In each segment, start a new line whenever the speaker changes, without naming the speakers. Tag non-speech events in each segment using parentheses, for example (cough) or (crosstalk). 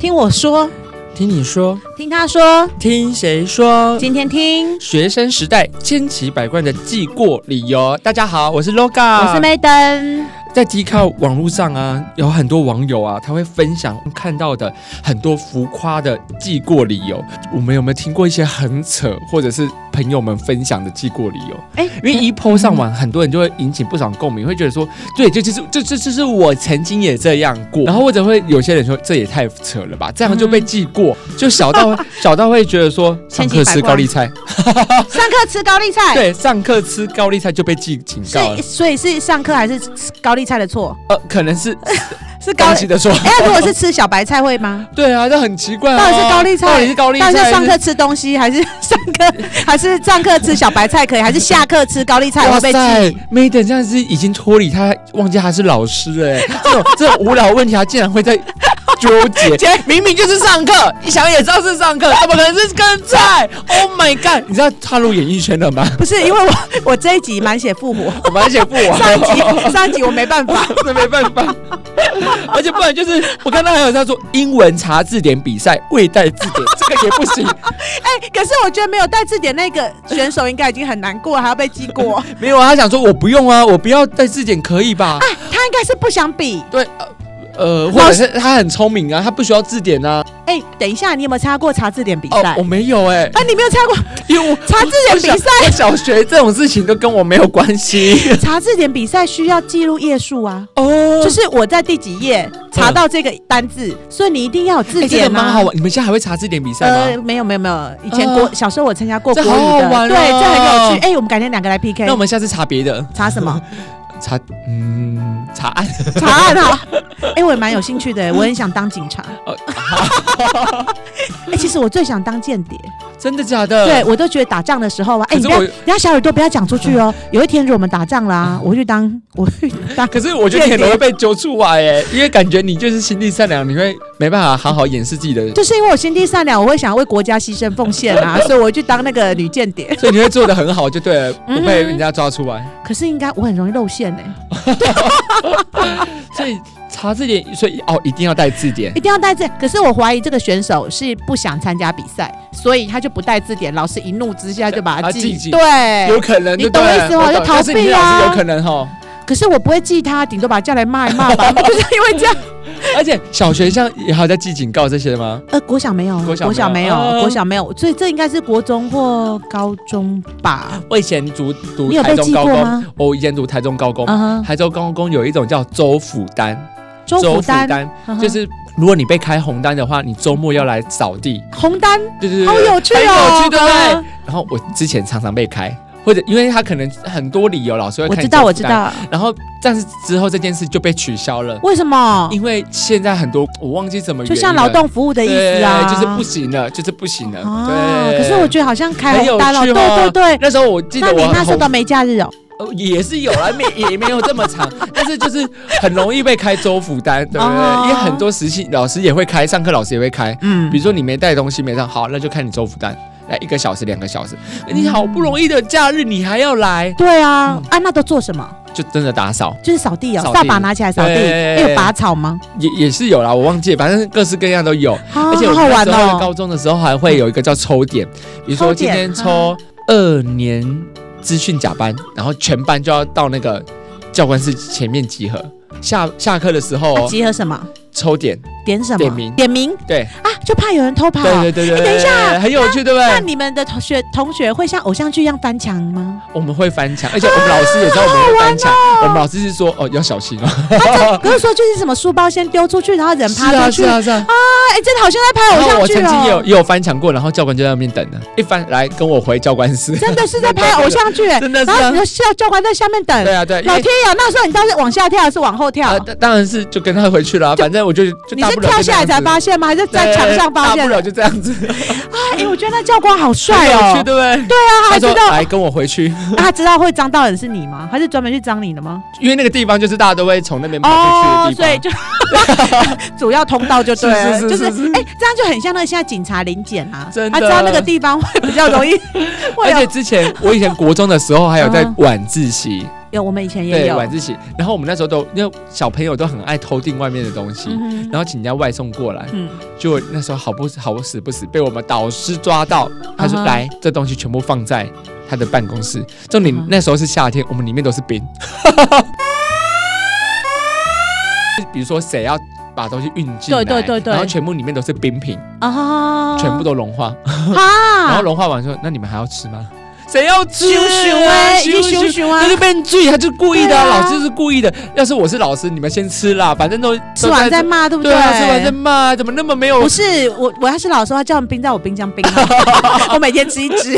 听我说，
听你说，
听他说，
听谁说？
今天听。
学生时代千奇百怪的记过理由。大家好，我是 LOGA，
我是梅登，
在 d 靠网络上啊，有很多网友啊，他会分享看到的很多浮夸的记过理由。我们有没有听过一些很扯，或者是朋友们分享的记过理由？
哎、
因为一 PO 上网，很多人就会引起不少共鸣，会觉得说，对，这就是这这就是我曾经也这样过。
嗯
然后或者会有些人说，这也太扯了吧，这样就被记
(laughs)
过，就小到小到会觉得说，上
千奇
课
百
吃
怪
高丽菜，
上课吃高丽菜，，
对，上课吃高丽菜就被记警
所
告了
以，所以是上课还是吃高丽菜的错？
呃，可能是
是高
高
丽
级。的说。
哎、如果是吃小白菜会吗？
对啊，这很奇怪、啊。
到底是高丽菜
到底是高丽
到
菜？
底是上课吃东西，还是上课还是上课吃小白菜可以，还是下课吃高丽菜
哇
会被
塞
记？
，Maiden 这样是已经脱离他，忘记他是老师哎、 (laughs) 这种这种无聊问题，他竟然会在纠 (laughs) 结。明明就是上课，一想也知道是 (laughs) 上课，怎么可能是跟菜？Oh my god！你知道踏入演艺圈了吗？
不是因为我我这一集满血复活， (laughs)
我完全不玩。
上集上集我没办
(laughs)
法，
那没办法，而且不然就是我看到还有他说英文查字典比赛未带字 (laughs) 典，这个也不行。
哎、可是我觉得没有带字典那个选手应该已经很难过，还要被记 (laughs) 过。
没有啊，他想说我不用啊，我不要带字典可以吧？
他应该是不想比。
对，呃呃，或者是他很聪明啊，他不需要字典啊。
哎、等一下，你有没有参加过查字典比
哦
赛？，
我没有哎、
啊，你没有参加过
因
(laughs)
为我
查字典比赛？
我小我小学这种事情都跟我没有关系
查字典比赛需要记录页数啊，
哦
就。是我在第几页查到这个单字，所以你一定要有字
哎这
典、啊
个蛮好。玩，你们现在还会查字典比赛吗？
呃，没有没有没有，以前国、
呃
小时候我参加过
这
国语的，
好好玩哦
对，这很有趣。哎、我们改天两个来 PK。
那我们下次查别的，
查什
(laughs)
么？
查嗯查案。 (laughs)
查案哈。哎、我也蛮有兴趣的，我很想当警察。
哦
(laughs) 哎、其实我最想当间谍。
真的假 (laughs) 的？
对，，我都觉得打仗的时候啊，哎、
可
你
是
不要，
我
你要小耳朵不要讲出去
(laughs)
哦。有一天如果我们打仗啦、我去当，我去当。
可是我觉得你很容易被揪出来哎，因为感觉你就是心地善良，你会没办法好好掩饰自己的，
就是因为我心地善良，我会想为国家牺牲奉献
(laughs)
啊，所以我会去当那个女间谍。
所以你会做的很好就对
(laughs)
了，不被
嗯
人家抓出来。
可是应该我很容易露馅
(laughs)
呢、
所以查字典，所以哦一定要带字典
一定要带字。可是我怀疑这个选手是不想参加比赛，所以他就不带字典，老师一怒之下就把他
啊
记。
记记有
对，
可能，
你
对不对
懂我意思吗
我懂
就逃避啊
但是你老师有可能哦哈。
可是我不会记他，顶多把他叫来骂一
(laughs)
骂吧，就是因为这样。 (laughs)
而且小学像也还有在记警告这些吗？
呃，国小没有，
国小
没
没
有
有，嗯
国小没有，所以这应该是国中或高中吧？
我以前读读
你有被
台中
记
高
过
工，
吗？
我以前读台中高工，
嗯哼，
台中高工有一种叫周辅单，
周
周
福丹，嗯哼
就是如果你被开红单的话，你周末要来扫地，
红单，
对对对，
好
对
有趣哦，
很有趣，对不对
嗯？
然后我之前常常被开，或者因为他可能很多理由，老师会
我
看
知
你
道，
周
我
辅
知
单，
道，
然后但是之后这件事就被取消了。
为什么？
因为现在很多我忘记怎么原因
就
了，
像劳动服务的意思啊，
对就是不行了，就是不行了。
啊。
对，
可是我觉得好像开
很有
红单了，
趣
对
哦
对对。
那时候我记
那
得
你
我
那时候
红
都没假日哦？
呃也是有啦，没 (laughs) 也没有这么长，但是就是很容易被开周负单，对不对？
哦
因为很多实习老师也会开，上课老师也会开。
嗯
比如说你没带东西没上，好，那就看你周负单，来一个小时两个小时，你好不容易的假日你还要来，
对啊，啊，那都做什么？
就真的打扫
就是扫地哦，
嗯扫地
扫把拿起来扫地，
对
哎有拔草吗？
也也是有啦，我忘记了，反正各式各样都有。
啊
而且我
好好
们那
玩
时候
哦。
高中的时候还会有一个叫
(laughs)
抽点，比如说
抽
今
点
天抽二年资讯甲班，然后全班就要到那个教官室前面集合。下下课的时候、
啊
哦、
集合什么？
抽点，
点什么？
点名
点名
对
啊，就怕有人偷跑。
对对对对，
哎等一下
很有趣，对不
那
对？
你们的同学同学会像偶像剧一样翻墙吗？
我们会翻墙，而且我
啊
们老师也知道我们会翻墙，我们老师是说哦要小心哦，
不是说就是什么书包先丢出去，然后人
是
趴
啊
出
是
去，
啊是啊。
哎，真的好像在拍
然
偶
后
像
我
剧
曾经也有
哦。
也有翻墙过，然后教官就在那边等呢，一翻来跟我回教官室，
真的是在拍偶像剧，哎
(laughs) 真的是
然后
啊
你，就叫教官在下面等
对。啊对啊，因
老
为
天爷，那时候你到底是往下跳还是往后跳？
啊，当当然是就跟他回去了啊、反正我就就
你
大
是
不了
跳
就
下
这
来
样
才
子
发现吗？还是在墙上发
对大
现
不？了就这样子，
哎、我觉得那教官好
(laughs)
帅
很有
哦
趣，对不对？对
啊，
他
还
说哎
知道
来跟我回去， (laughs)
他知道会张到人是你吗？他是专门去张你的吗？
因为那个地方就是大家都会从那边跑出去的地
哦所以
方。
就主要通道就 (laughs) 对了，
(laughs) 是是是
就是
是是
哎、这样就很像那个现在警察临检啊，
真
他
的
知道那个
(laughs)
地方会比较容易，会
而
有
且之前我以前国中的时候还有
(laughs)
在
嗯
晚自习，
有我们以前也
对，
有，
晚自习。然后我们那时候都，因为小朋友都很爱偷订外面的东西，
嗯哼
然后请人家外送过来。
嗯，
就那时候好不好不死不死被我们导师抓到，他说、
啊哈
来这东西全部放在他的办公室。重点、
啊哈
那时候是夏天，我们里面都是冰。 (laughs) 比如说谁要把东西运进
对
来，
对对对
然后全部里面都是冰品，
啊，
(laughs) 全部都融化，
啊，
然后融化完说那你们还要吃吗？谁要吃哎
熊熊啊，一
咻
熊
咻
熊啊
那，就被人拒，他就故意的、
对啊
老师是故意的。要是我是老师，你们先吃啦，反正都
吃完
都
再骂，对不
对啊，吃完再骂，怎么那么没有
不是我，我要是老师的话，叫你冰在我冰箱冰啊， (laughs) 我每天吃一
(laughs)
只。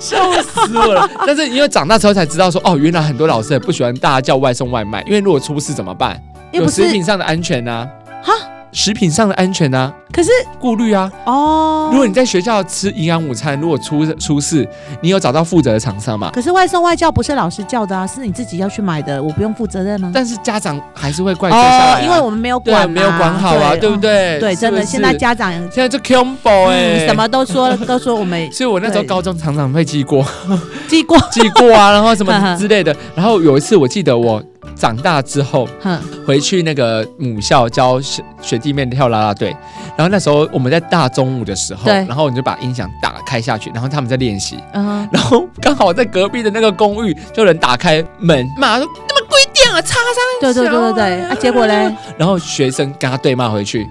笑死
(laughs)
我了！但是因为长大之后才知道说，哦，原来很多老师也不喜欢大家叫外送外卖，因为如果出事怎么办？
又
有
不
食
是
品，上的安全呐、
哈
食品上的安全呐、
可是
顾虑啊。
哦，
如果你在学校吃营养午餐，如果出出事，你有找到负责的厂商嘛？
可是外送外教不是老师叫的啊，是你自己要去买的，我不用负责任吗？
但是家长还是会怪学校、啊
哦因为我们没有
对
管嘛，
没有管好啊，对不
嗯
对？
对，真的，
是不是
现在家长嗯
现在就 combo 哎、
嗯什？么都说都说我
(laughs)
们
所以我那时候
对
高中常常被记过。
记过，
记过啊，然后什
(laughs) 哈哈
么之类的。然后有一次，我记得我长大之后
哼，
回去那个母校教学学弟妹跳啦啦队，然后那时候我们在大中午的时候，
对
然后你就把音响打开下去，然后他们在练习， (laughs)
嗯，
然后刚好在隔壁的那个公寓就有人打开门骂说那么规定啊，插上，
对对对对对，啊，结果嘞，
然后学生跟他对骂回去，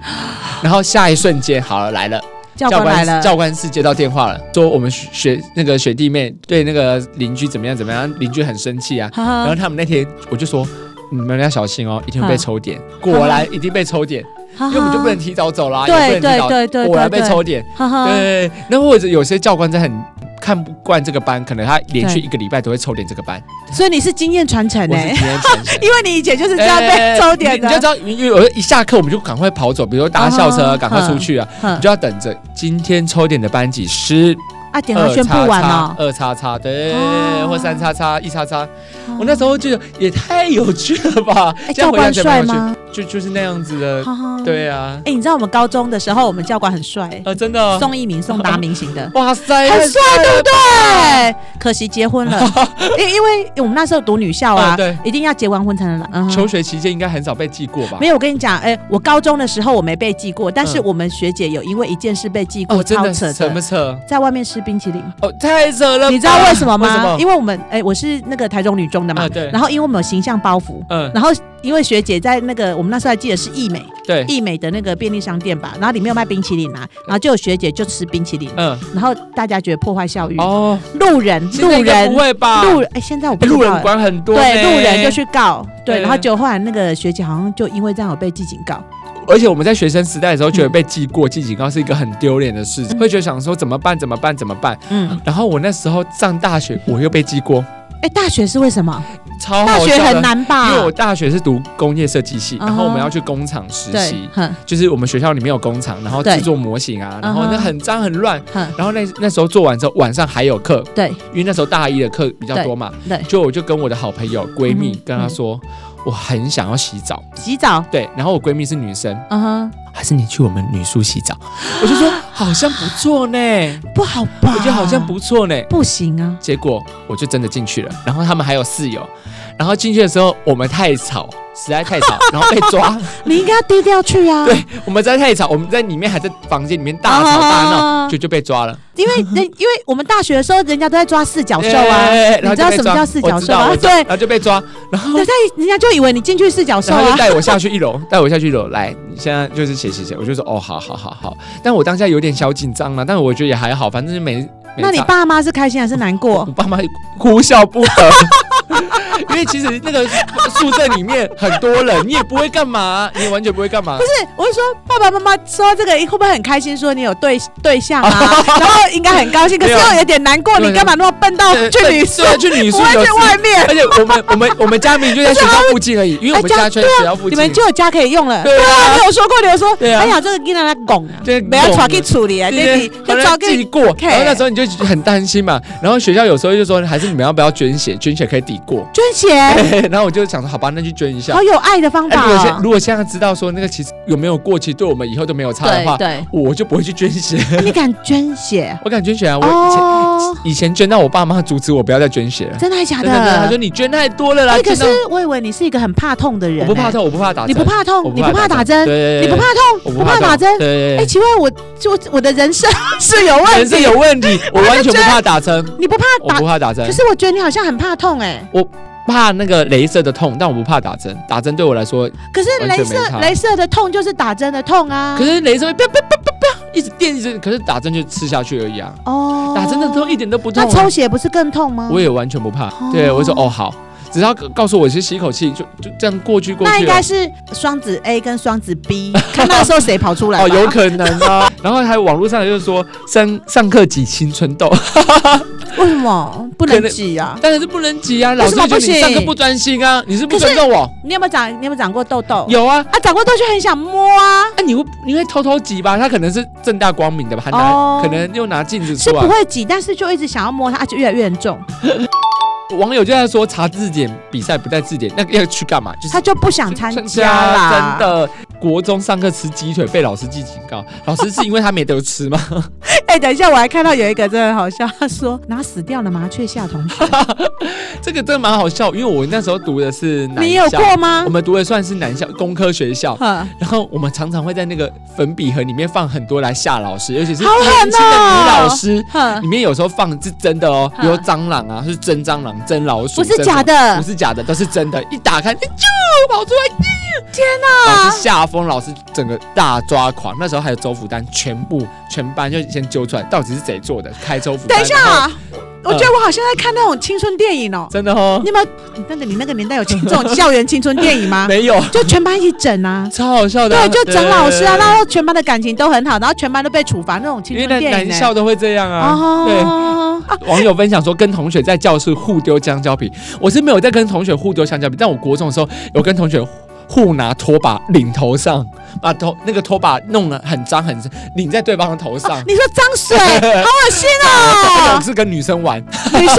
然后下一瞬间好了来了。
教
教
官来了，
教官是接到电话了，说我们学那个学弟妹对那个邻居怎么样怎么样，邻居很生气啊。
哈
然后
哈，
他们那天我就说。你们要小心哦，一定会
嗯
被抽点。果然
(laughs)
一定被抽点，
哈
因为我们就不能
啊哈
提早走啦，也
对
不能提
对
早。
对对，
果然
对嗯
被，抽点，
对哈哈，
对。那或者有些教官真的很看不惯这个班，可能他连续
对
一个礼拜都会抽点这个班。
所以你是经验传承
我是
哎。
今，天传承
(laughs) 因为你以前就是这样
哎
被 (laughs) 抽点
你你就知
的，
道，因为有一下课我们就赶快跑走，比如说搭校车
啊
啊，赶快出去啊，
哼
你就要等着今天抽点的班级是
啊，点了
二
宣布
叉
完哦
叉
了，、
二叉叉，对，
哦
或三叉叉、一叉叉。我那
哦
时候觉得也太有趣了吧！
哎，
这
教
样回
官
家才蛮
帅
有趣？
吗？
就就是那样子的，
哈哈，。
对啊，
哎，你知道我们高中的时候，我们教官很帅，
呃，真的，。
宋一鸣、宋达明型的
(laughs) 哇塞，
很帅，对不
对？
对？可惜结婚
(laughs)
了，因因为我们那时候读女校啊
啊，对
一定要结完婚才能来。嗯哼
求学期间应该很少被记过吧？
没有，我跟你讲，哎，我高中的时候我没被记过，但是
嗯
我们学姐有因为一件事被记过，
哦，真
超
的
扯
什么
的，
扯？
在外面吃冰淇淋。
哦，太扯了
(laughs)
吧！
你知道为什么
为什
吗？
么
因为我们哎，我是那个台中女中的嘛
啊，对
然后因为我们有形象包袱，
嗯，
然后因为学姐在那个我们那时候还记得是艺美
对，
艺美的那个便利商店吧，然后里面有卖冰淇淋啊，然后就有学姐就吃冰淇淋，
嗯，
然后大家觉得破坏校誉，
哦，
路人
现在
路
应该
人
不会吧？
路人哎，现在我不
哎
知道
路人
哎
管很多呢，
对路人就去告，对，
对
然后就后来那个学姐好像就因为这样有被记警告，
而且我们在学生时代的时候，觉得被记过、记警告是一个很丢脸的事情，会觉得想说怎么办、怎么办、怎么办。
嗯，
然后我那时候上大学，我又被记过，
哎，大学是为什么？
超
大
好
学
笑
很
的。
难吧
因？为我大学是读工业设计系，
嗯哼
然后我们要去工厂实
对
习，，
哼
就是我们学校里面有工厂，然后
对
制作模型啊，然后
嗯哼
那很脏很乱
嗯。
然后那那时候做完之后，晚上还有课，
对
因为那时候大一的课比较多嘛，
对，
就我就跟我的好朋友闺蜜
嗯哼
跟她说，我很想要洗澡，
洗澡，
对，然后我闺蜜是女生，
嗯哼，
还是你去我们女宿洗澡？我就说好像不错呢，
不好吧？
我觉得好像不错呢。
不行啊，
结果我就真的进去了，然后他们还有室友，然后进去的时候我们太吵，实在
(laughs)
太吵，然后被抓。
你应该要低调去啊，
对，我们实在太吵，我们在里面还在房间里面大吵大闹，
啊
就就被抓了。
因为人因为我们大学的时候，人家都在抓四角兽啊，
哎
你知道什么叫四角兽吗？，
然后就被抓我知道我知道
对，
然后就被抓，然后
人家人家就以为你进去四角兽
然后他
啊
就，带我下去一
(laughs)
楼，带我下去一楼，来，你现在就是写写写，我就说哦，好好好好。但我当下有点小紧张了，但我觉得也还好，反正就没。没
那你
差
爸妈是开心还是难过
我？爸妈哭笑不得，因为其实那个宿舍里面很多人，你也不会干嘛，你也完全不会干嘛。不是，
我是说，爸爸妈妈说到这个会不会很开心？说你有对对象啊，然后应该很高兴，可是
没有
又有点难过。
对
你干嘛那么笨到啊去旅宿？
对，啊去女
不
宿
会
有
去
宿
外面，
而且我们我们我们家明明就在学校附近而已，因为我们
哎家
家就在学校附
你
近。
们就有家可以用了。
对
他
啊，
跟我说过，你有说，
对啊
哎呀，这个给他他拱啊，
对
不要
拱啊
抓去处理啊，弟弟
对
就抓
对，记
去。
过。然后那时候你就很担心嘛。然后学校有时候就说，还是你们要不要捐血？捐血可以抵过。 (laughs)
捐钱，
然后我就哎想说，好吧，那就捐一下
好。有爱的方
哎
法
如果现
哦。
如果现在知道说那个其实有没有过期，对我们以后都没有差的话
对，对，
我就不会去捐血。
哎你敢捐血？
我敢捐血啊！我以前、
哦，
以前捐到我爸妈阻止我不要再捐血了。
真的还假
真的真的他说
的？
你捐太多了啦，
哎，可
捐
是
到
我以为你是一个很怕痛的人
我
欸，
不怕痛，我不怕打
你
针，
不怕
我
痛，你不怕打针，
对
你不怕
我
痛，
不
不怕打针。
对
哎，
对
奇怪，我就我的人
(laughs)
生是有
对，
问
人是
题，
有问题，我完全不怕打针，
你不怕
我
(laughs) 打
不，怕打针
可，是我觉得你好像很怕痛哎。
怕那个镭射的痛，但我不怕打针，打针对我来说，
可是
完
镭
全没
射
差
镭射的痛就是打针的痛啊。
可是镭射会啪啪啪啪啪一直电一直，可是打针就刺下去而已啊，
哦，
打针的痛一点都不痛
那
啊，
抽血不是更痛吗？
我也完全不怕，对我就说哦好，只要告诉我先吸一口气，就就这样过去过啊
那
去
应
了
该。是双子 A 跟双子 B，看那时候谁跑出来吧。
(laughs) 哦，有可能啊。然后还有网络上就是说上上课挤青春痘，
(laughs) 为什么不
可
能
能
挤啊？
但是不能挤啊，老
为
师
什
就
么不
觉得你
行
上课不专心啊，你是不尊重我。
你有没有长？你有没有长过痘痘？
有啊，
啊，长过痘就很想摸啊，
啊你会你会偷偷挤吧？他可能是正大光明的吧，他拿、
哦
可能又拿镜子出
是不
来。
会挤，但是就一直想要摸它，啊就越来越严重，
网友就在说查字典比赛不在字典，那个要去干嘛？就是
他就不想参加啦。
真，的。国中上课吃鸡腿被老师记警告，老师是因为他没得吃吗？
(laughs)
(laughs)
哎、等一下，我还看到有一个真的很好笑，他说拿死掉了麻雀吓同
(laughs)
学，
这个真的蛮好笑，因为我那时候读的是男校，
你有过吗
我？们读的算是男校工科学校，
(laughs)
(laughs)
哼
然后我们常常会在那个粉笔盒里面放很多来吓老师，尤其是
好狠哦
年轻的女老师，
哼，
(laughs) 里面有时候放是真的哦，比
嗯
如蟑螂啊，是真蟑螂、真老鼠，
不是
真
假
什么，
的
不，是假的，都是真的。一打开，哎啾，跑出来，天哪！老师吓疯，老师整个大抓狂。那时候还有周福丹，全部全班就先揪出来，到底是谁做的？开周福丹。
等一下
然后，
啊，我
嗯
觉得我好像在看那种青春电影哦。
真的哦，
你有没有？你那个你那个年代有青这种校园青春电影吗？
(laughs) 没有，
就全班一起整啊。
超好笑的啊。
对，就整老师啊，
对
然后全班的感情都很好，然后全班都被处罚那种青
因为
春
男
电影、
男
欸。
校都会这样啊，对。
哦，啊，
网友分享说，跟同学在教室互丢香蕉皮。我是没有在跟同学互丢香蕉皮，但我国中的时候有跟同学互拿拖把领头上，把头那个拖把弄得很脏很脏，领在对方的头上。
啊你说脏
(laughs)
水，好恶心
那 (laughs)
哦
个！是跟女生玩，
女生，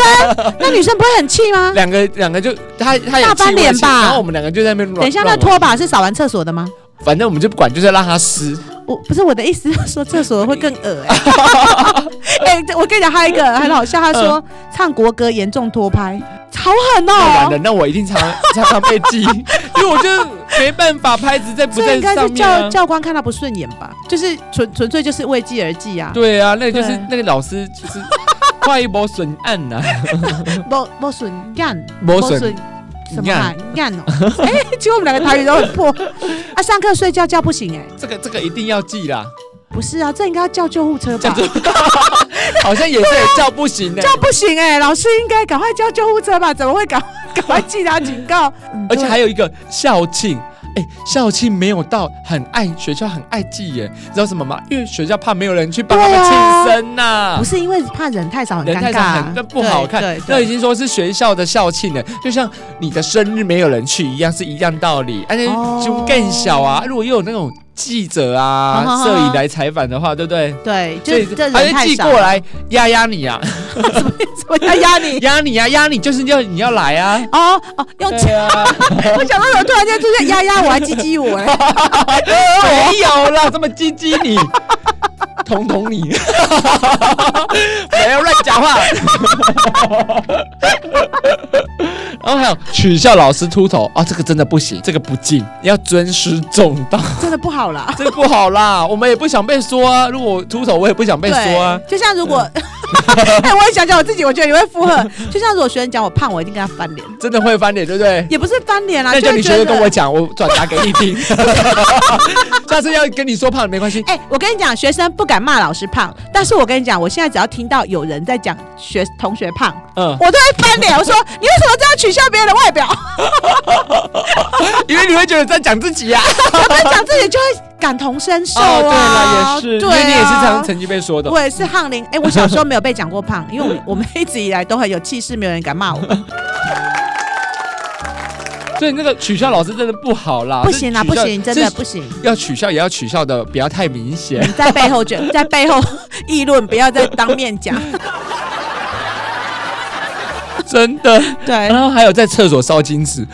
那女生不会很气吗？
两个两个就他他也
大翻
气我也
脸
气
吧
然后我们两个就在那边乱。
等一下，那
乱玩
拖把是扫完厕所的吗？
反正我们就不管，就是让他湿。
我不是我的意思，是说厕所会更恶
(laughs)
哎、哎、这我跟你讲，还有一个很好笑，他说、唱国歌严重拖拍，好狠
嗯那完
哦
了，！那我一定常 (laughs) 常常被记，因为我就没办法，拍子在
(laughs)
不
这
在
应该
上
是
面、
教
啊。
教官看他不顺眼吧？就是纯纯粹就是为计而计啊，
对啊，那个就是
对
那个老师就是 (laughs) 快一波损案呐、啊，
不不损干。
没
不
损
是什么啊？干哦！ (laughs) 哎，其实我们两个台语都很
(laughs)
破啊。上课睡觉叫不醒哎，
这个这个一定要记啦，
不是啊，这应该要叫救护车
这
吧
样？子好像也是叫不行呢、
叫不醒哎，老师应该赶快叫救护车吧？怎么会赶赶快 (laughs) 记他警告？嗯
而且还有一个校庆，哎、校庆没有到，很爱学校很爱记耶，知道什么吗？因为学校怕没有人去帮他们
对啊
庆生呐、
不是因为怕人太少很
人
尴
太
尬
少
啊
很，那不好看
对，
那
对，
已经说是学校的校庆了，就像你的生日没有人去一样，是一样道理。而且
哦
就更小啊，如果又有那种记者
好好
啊、
好
摄影来采访的话，对不对？
对，
所以
就这
他
人
就
太
寄
少。
过来，压压你啊，
我要压你。
压你啊，压你就是要你要来啊。
哦哦， (laughs) 用
对啊，
我想到怎么突然间出现压压我，还唧唧我
(laughs)
哎，
没有啦，这么唧唧你，捅捅你，没有乱讲话。然后还有取笑老师秃头啊，这个真的不行，这个不敬，要尊师重道，
真的不好啦。
这个不好啦。我们也不想被说啊，如果我秃头我也不想被说啊。
对，就像如果， (laughs) 哎，我也想想我自己，我觉得也会附和。就像如果学生讲我胖，我一定跟他翻脸，
真的会翻脸，对不对？
也不是翻脸啦，
那叫
会
你
觉
学
得
生跟我讲，我转达给你听。下次要跟你说胖没关系，
哎、我跟你讲，学生不敢骂老师胖，但是我跟你讲，我现在只要听到有人在讲学同学胖，
嗯，
我都会翻脸，我说你为什么这样取笑别人的
(laughs)
外表？
因为你会觉得在讲自己呀、
我在讲自己就会感同身受啊。
哦，对了，也是，
对、啊
因为你也是常。曾经被说的。
我也是翰林，哎、我小时候没有被讲过胖，因为 (laughs) 我们我们一直以来都很有气势，没有人敢骂我们。
所以那个取笑老师真的不好啦，
不行啦，
啊，
不行，真
这
的不行。
要取笑也要取笑的不要太明
(laughs)
显。
你在背后就在背后议论，不要再当面讲。
真的。
对，
然后还有在厕所烧金纸，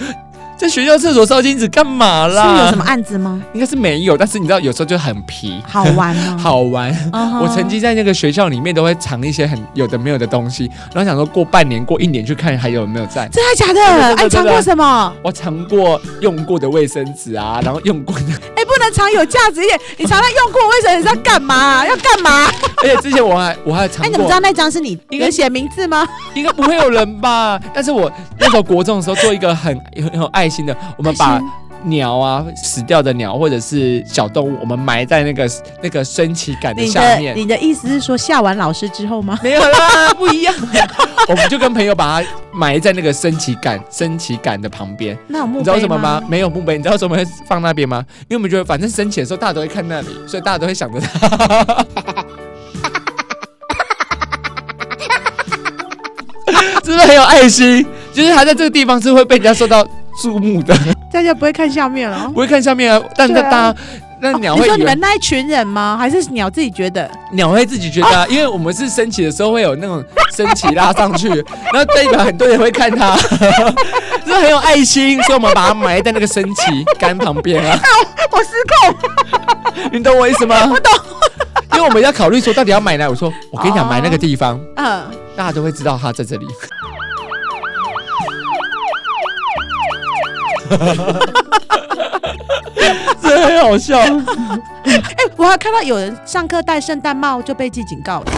在学校厕所烧金纸干嘛
是
啦？
有什么？案子吗？
应该是没有，但是你知道有时候就很皮，
好玩吗？
(laughs) 好玩。
嗯哼，
我曾经在那个学校里面都会藏一些很有的没有的东西，然后想说过半年、过一年去看还有没有在。
真的假
对
的？
对对
哎，
对
藏
对
过什么？
我藏过用过的卫生纸啊，然后用过的， (laughs)
哎，不能藏有价值一点，你藏在用过卫生纸上干嘛？要干嘛？
而且之前我还我还藏
哎，你怎么知道
过，
那张是你
应该
有写名字吗？
应该不会有人吧？但是我那时候国中的时候做一个很很有爱心的，我们把鸟啊，死掉的鸟或者是小动物，我们埋在那个那个升旗杆的
你
下
的
面。
你的意思是说吓完老师之后吗？
没有啦，不一样。我们就跟朋友把它埋在那个升旗杆升旗杆的旁边。
(laughs) 那有墓
你知道为什
碑
么吗？？没有墓碑，你知道为什么会放那边吗？因为我们觉得反正升旗的时候大家都会看那里，所以大家都会想着它。 (laughs) 是不是很有爱心？就是他在这个地方是会被人家受到注目的。
大家不会看下面了
不。会看下面啊，但是
对
大
啊
家、那鸟
你
会
说
以
你
为、
们那一群人吗？还是鸟自己觉得？
鸟会自己觉得、啊，因为我们是升旗的时候会有那种升旗拉上去，然后代表很多人会看它， (laughs) 就很有爱心，所以我们把它埋在那个升旗杆旁边啊。
(laughs) 我失控。
你懂我意思吗？ (laughs) 我懂。因为我们要考虑说到底要买哪，我说我跟你讲
哦
买那个地 (laughs) 方，
嗯，
大家都会知道它在 (laughs) 这里。真的很好笑，
哎、 (laughs) 我还看到有人上课戴圣诞帽就被记警告了。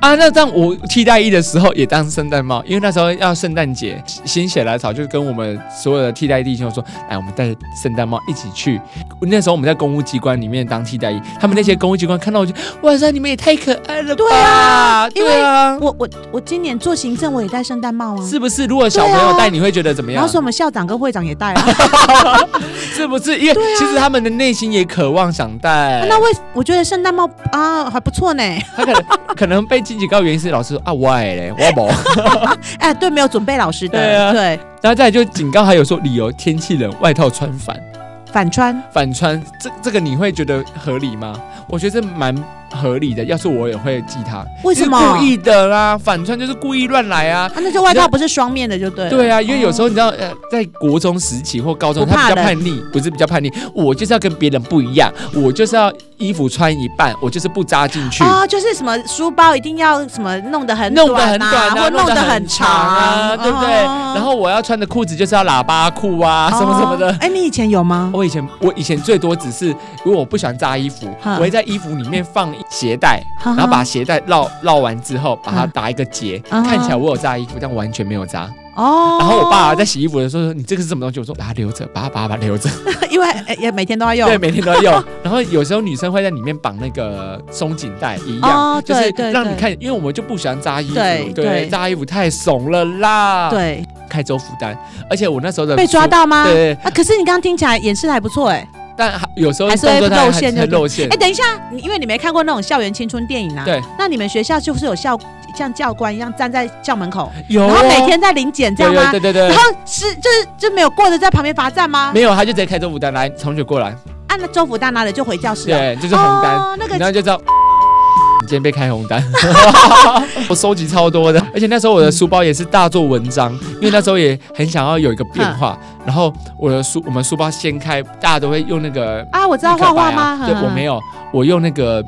啊，那当我替代役的时候也当圣诞帽，因为那时候要圣诞节，心血来潮就跟我们所有的替代役弟兄说，哎来，我们戴圣诞帽一起去。那时候我们在公务机关里面当替代役，他们那些公务机关看到我就，哇塞，你们也太可爱了吧？
对啊因为
对啊，
我我我今年做行政，我也戴圣诞帽啊。
是不是？如果小朋友
对啊
戴，你会觉得怎么
然
样
后？说我们校长跟会长也戴啊。
是不是？因为其实他们的内心也渴望想戴，
那为我觉得圣诞帽啊还不错呢。 (laughs)
他可能 (laughs) 可能被禁警告，原因是老师说啊，我嘞，我不。 (laughs)
哎、对，没有准备老师的，
对啊
对
然后再来就警告，还有说理由天气冷，外套穿反。
反穿。
反穿，这这个你会觉得合理吗？我觉得这蛮合理的。要是我也会记他，
为什么
就是故意的啦，反穿就是故意乱来啊。
啊，那这外套不是双面的就对了。哦
对啊，因为有时
候、
候你知道，呃，在国中时期或高中，
不怕
他比较
冷
叛逆，不是比较叛逆，我就是要跟别人不一样，我就是要衣服穿一半，我就是不扎进去，
啊、就是什么书包一定要什么弄得很
弄得
短
很短啊，
或弄
得
得很
长啊，对不对？
哦
然后我要穿的裤子就是要喇叭裤啊，什么什么的
哦。哎、你以前有吗？
我以前我以前最多只是，如果我不喜欢扎衣服，
哈啊
我会在衣服里面放鞋带，
哈哈
然后把鞋带绕绕完之后，把它
嗯
打一个结，
啊哈
看起来我有扎衣服，但完全没有扎。
哦，
然后我爸在洗衣服的时候说：“你这个是什么东西？”我说：“把它留着，把它把它把它留着。
(laughs) 因为哎也每天都要”用
对，，每天都要用。然后有时候女生会在里面绑那个松紧带一样，
哦
就
对
是
对
让你
对
看，因为我们就不喜欢扎衣服，
对对
对，扎衣服太怂了啦，，
对，
开州负担。而且我那时候的
被抓
书，
到吗？
呃对，
啊，可是你刚刚听起来演示的还不错哎、
但还有时候
还是会
动作它
露馅
很
就对
露馅
哎、。等一下，你因为你没看过那种校园青春电影啊，
对，
那你们学校就是有校像教官一样站在校门口，
有、
哎然
哦，
后每天在临检这样
有有
吗？
对对对
然，后是就是就没有过的在旁边罚站吗？啊
没有，他就直接开这五单来，同学过来，
按了州府大拿了就回教室了。
对，就是红单，
啊哦，那
然
个
后就
(laughs)
知道。你今天被开红单，我收集超多的，而且那时候我的书包也是大做文章，因为那时候也很想要有一个变化。
嗯
然后我的书，我们书包掀开，大家都会用那个
啊，我知道
立可
画
白
画
啊
吗？嗯
对，我没
有，
有，我用那个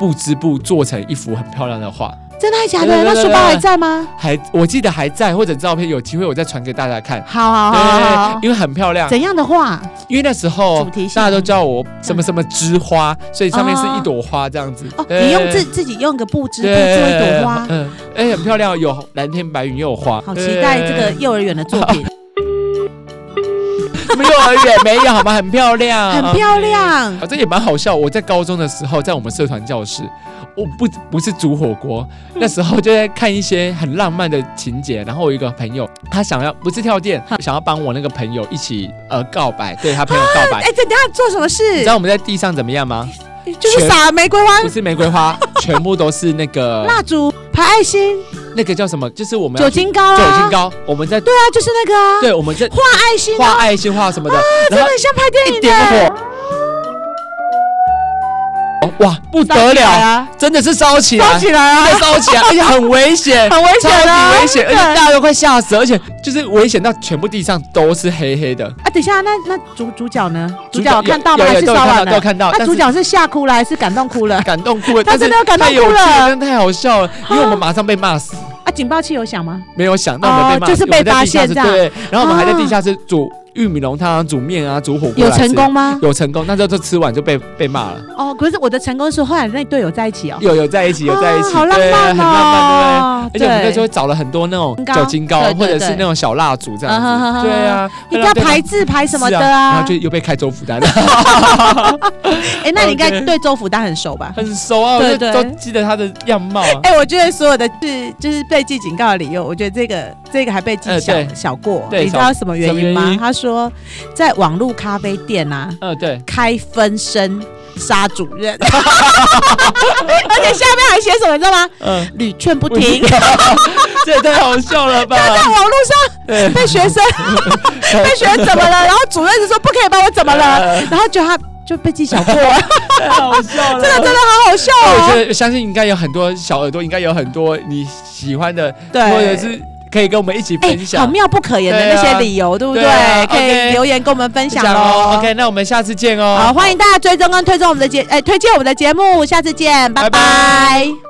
布织布做成一幅很漂亮的画，
真的还假
对
的？
对对
那
对
书包还在吗？
还我记得还在，或者照片有机会我再传给大家看。
好哦好好好好
对，，因为很漂亮。
怎样的画？
因为那时候
主题性
大家都叫我什么什么之花，所以上面是一朵花这样子。
哦，
对
你用自自己用个布织布做
对
一朵花，
嗯，哎，很漂亮，有蓝天白云，又有花。
好期待这个幼儿园的作品，
对。没有幼儿园没有好吗？很漂亮，
很漂亮
啊，这也蛮好笑。我在高中的时候，在我们社团教室，我不不是煮火锅，那时候就在看一些很浪漫的情节。然后我有一个朋友，他想要不是跳电，想要帮我那个朋友一起呃告白，对他朋友告白。
(laughs) 哎，这等一下做什么
你
事
知？道我们在地上怎么样吗？
就是撒玫瑰花
不、是玫瑰花，全部都是那个
蜡烛、排爱心，
那个叫什么？就是我们
酒
要去
精膏啊，
酒精，膏，我们在
对啊，就是那个啊，
对，我们在
画爱心
画
啊，
爱心画什么的，
真
然
的
后
很像拍电
一
影
点
的，
火，哦哇，不得
烧起来
了，
啊，
真的是烧起
烧
来，
起来啊，
会烧起来，而且很危
(laughs)
险，
很危
超
险啊，
级危险，而且
对
大家都快吓死了，而且就是危险到全部地上都是黑黑的。
啊，等一下，那那主主角呢？主角
有
有看到吗？
有有
还是
都有
烧
看
完
到都有
了？
看到，
那
但
主
是
角是吓哭了还是感动哭了？
感动哭了，
他
但是
真的有感动
太有
哭
趣
了
真的太好笑了，因为我们马上被骂死，
啊，警报器有响吗？
没有想到我们被骂死，
哦就是被
我们在地
发
下
现
室
这样哦
对，然后我们还在地下室煮玉米浓汤啊、煮面啊、煮火锅，
有成功。吗？
有成功，那就就吃完就被被骂了。
哦，可是我的成功是后来那队友在一起哦，
有有在一起，有在一起，
啊好浪
对，
漫哦，
很浪漫，对不对？而且我们那
对
时候找了很多那种
膏
酒精膏，
对对
或者是
对
那种小蜡烛这样
啊哈哈
子。
哈
对啊，
你
会
不
让
要
对方
排字排什么
是
的
啊然
啊
后就？又被开周福单，
哎，那你应
OK
该对周福丹很熟吧？
(laughs) 很熟啊，我
对
就
对
都记得他的样貌啊。
哎，我觉得所有的是就是被记警告的理由，我觉得这个这个还被记
呃
小
对
小过，
对
你知
小
道什么原因
什么原
吗
因？
他说在网络咖啡店啊，
嗯，对，
开分身杀主任， (laughs) 而且下面还写什么，你知道吗？
嗯，
屡劝不听，
啊这也太好笑了
(laughs)
吧？
在网络上
对，
被学
(laughs)
生被学生怎么了？然后主任就说不可以把我怎么了，
呃？
然后就他就被记小过，
(laughs) 太好笑了，
这个真的好好笑
那我
哦。
觉得相信应该有很多小耳朵，应该有很多你喜欢的，或
对。
者是可以跟我们一起
哎
分，
好
享。
妙不可言的那
对
些
啊
理由，对不对
对啊？
可
OK
以留言跟我们分享哦喽。
OK，那我们下次见哦。
好，欢迎大家追踪跟推踪我们的节，哎，推荐我们的节目，下次见，
拜
拜
拜
拜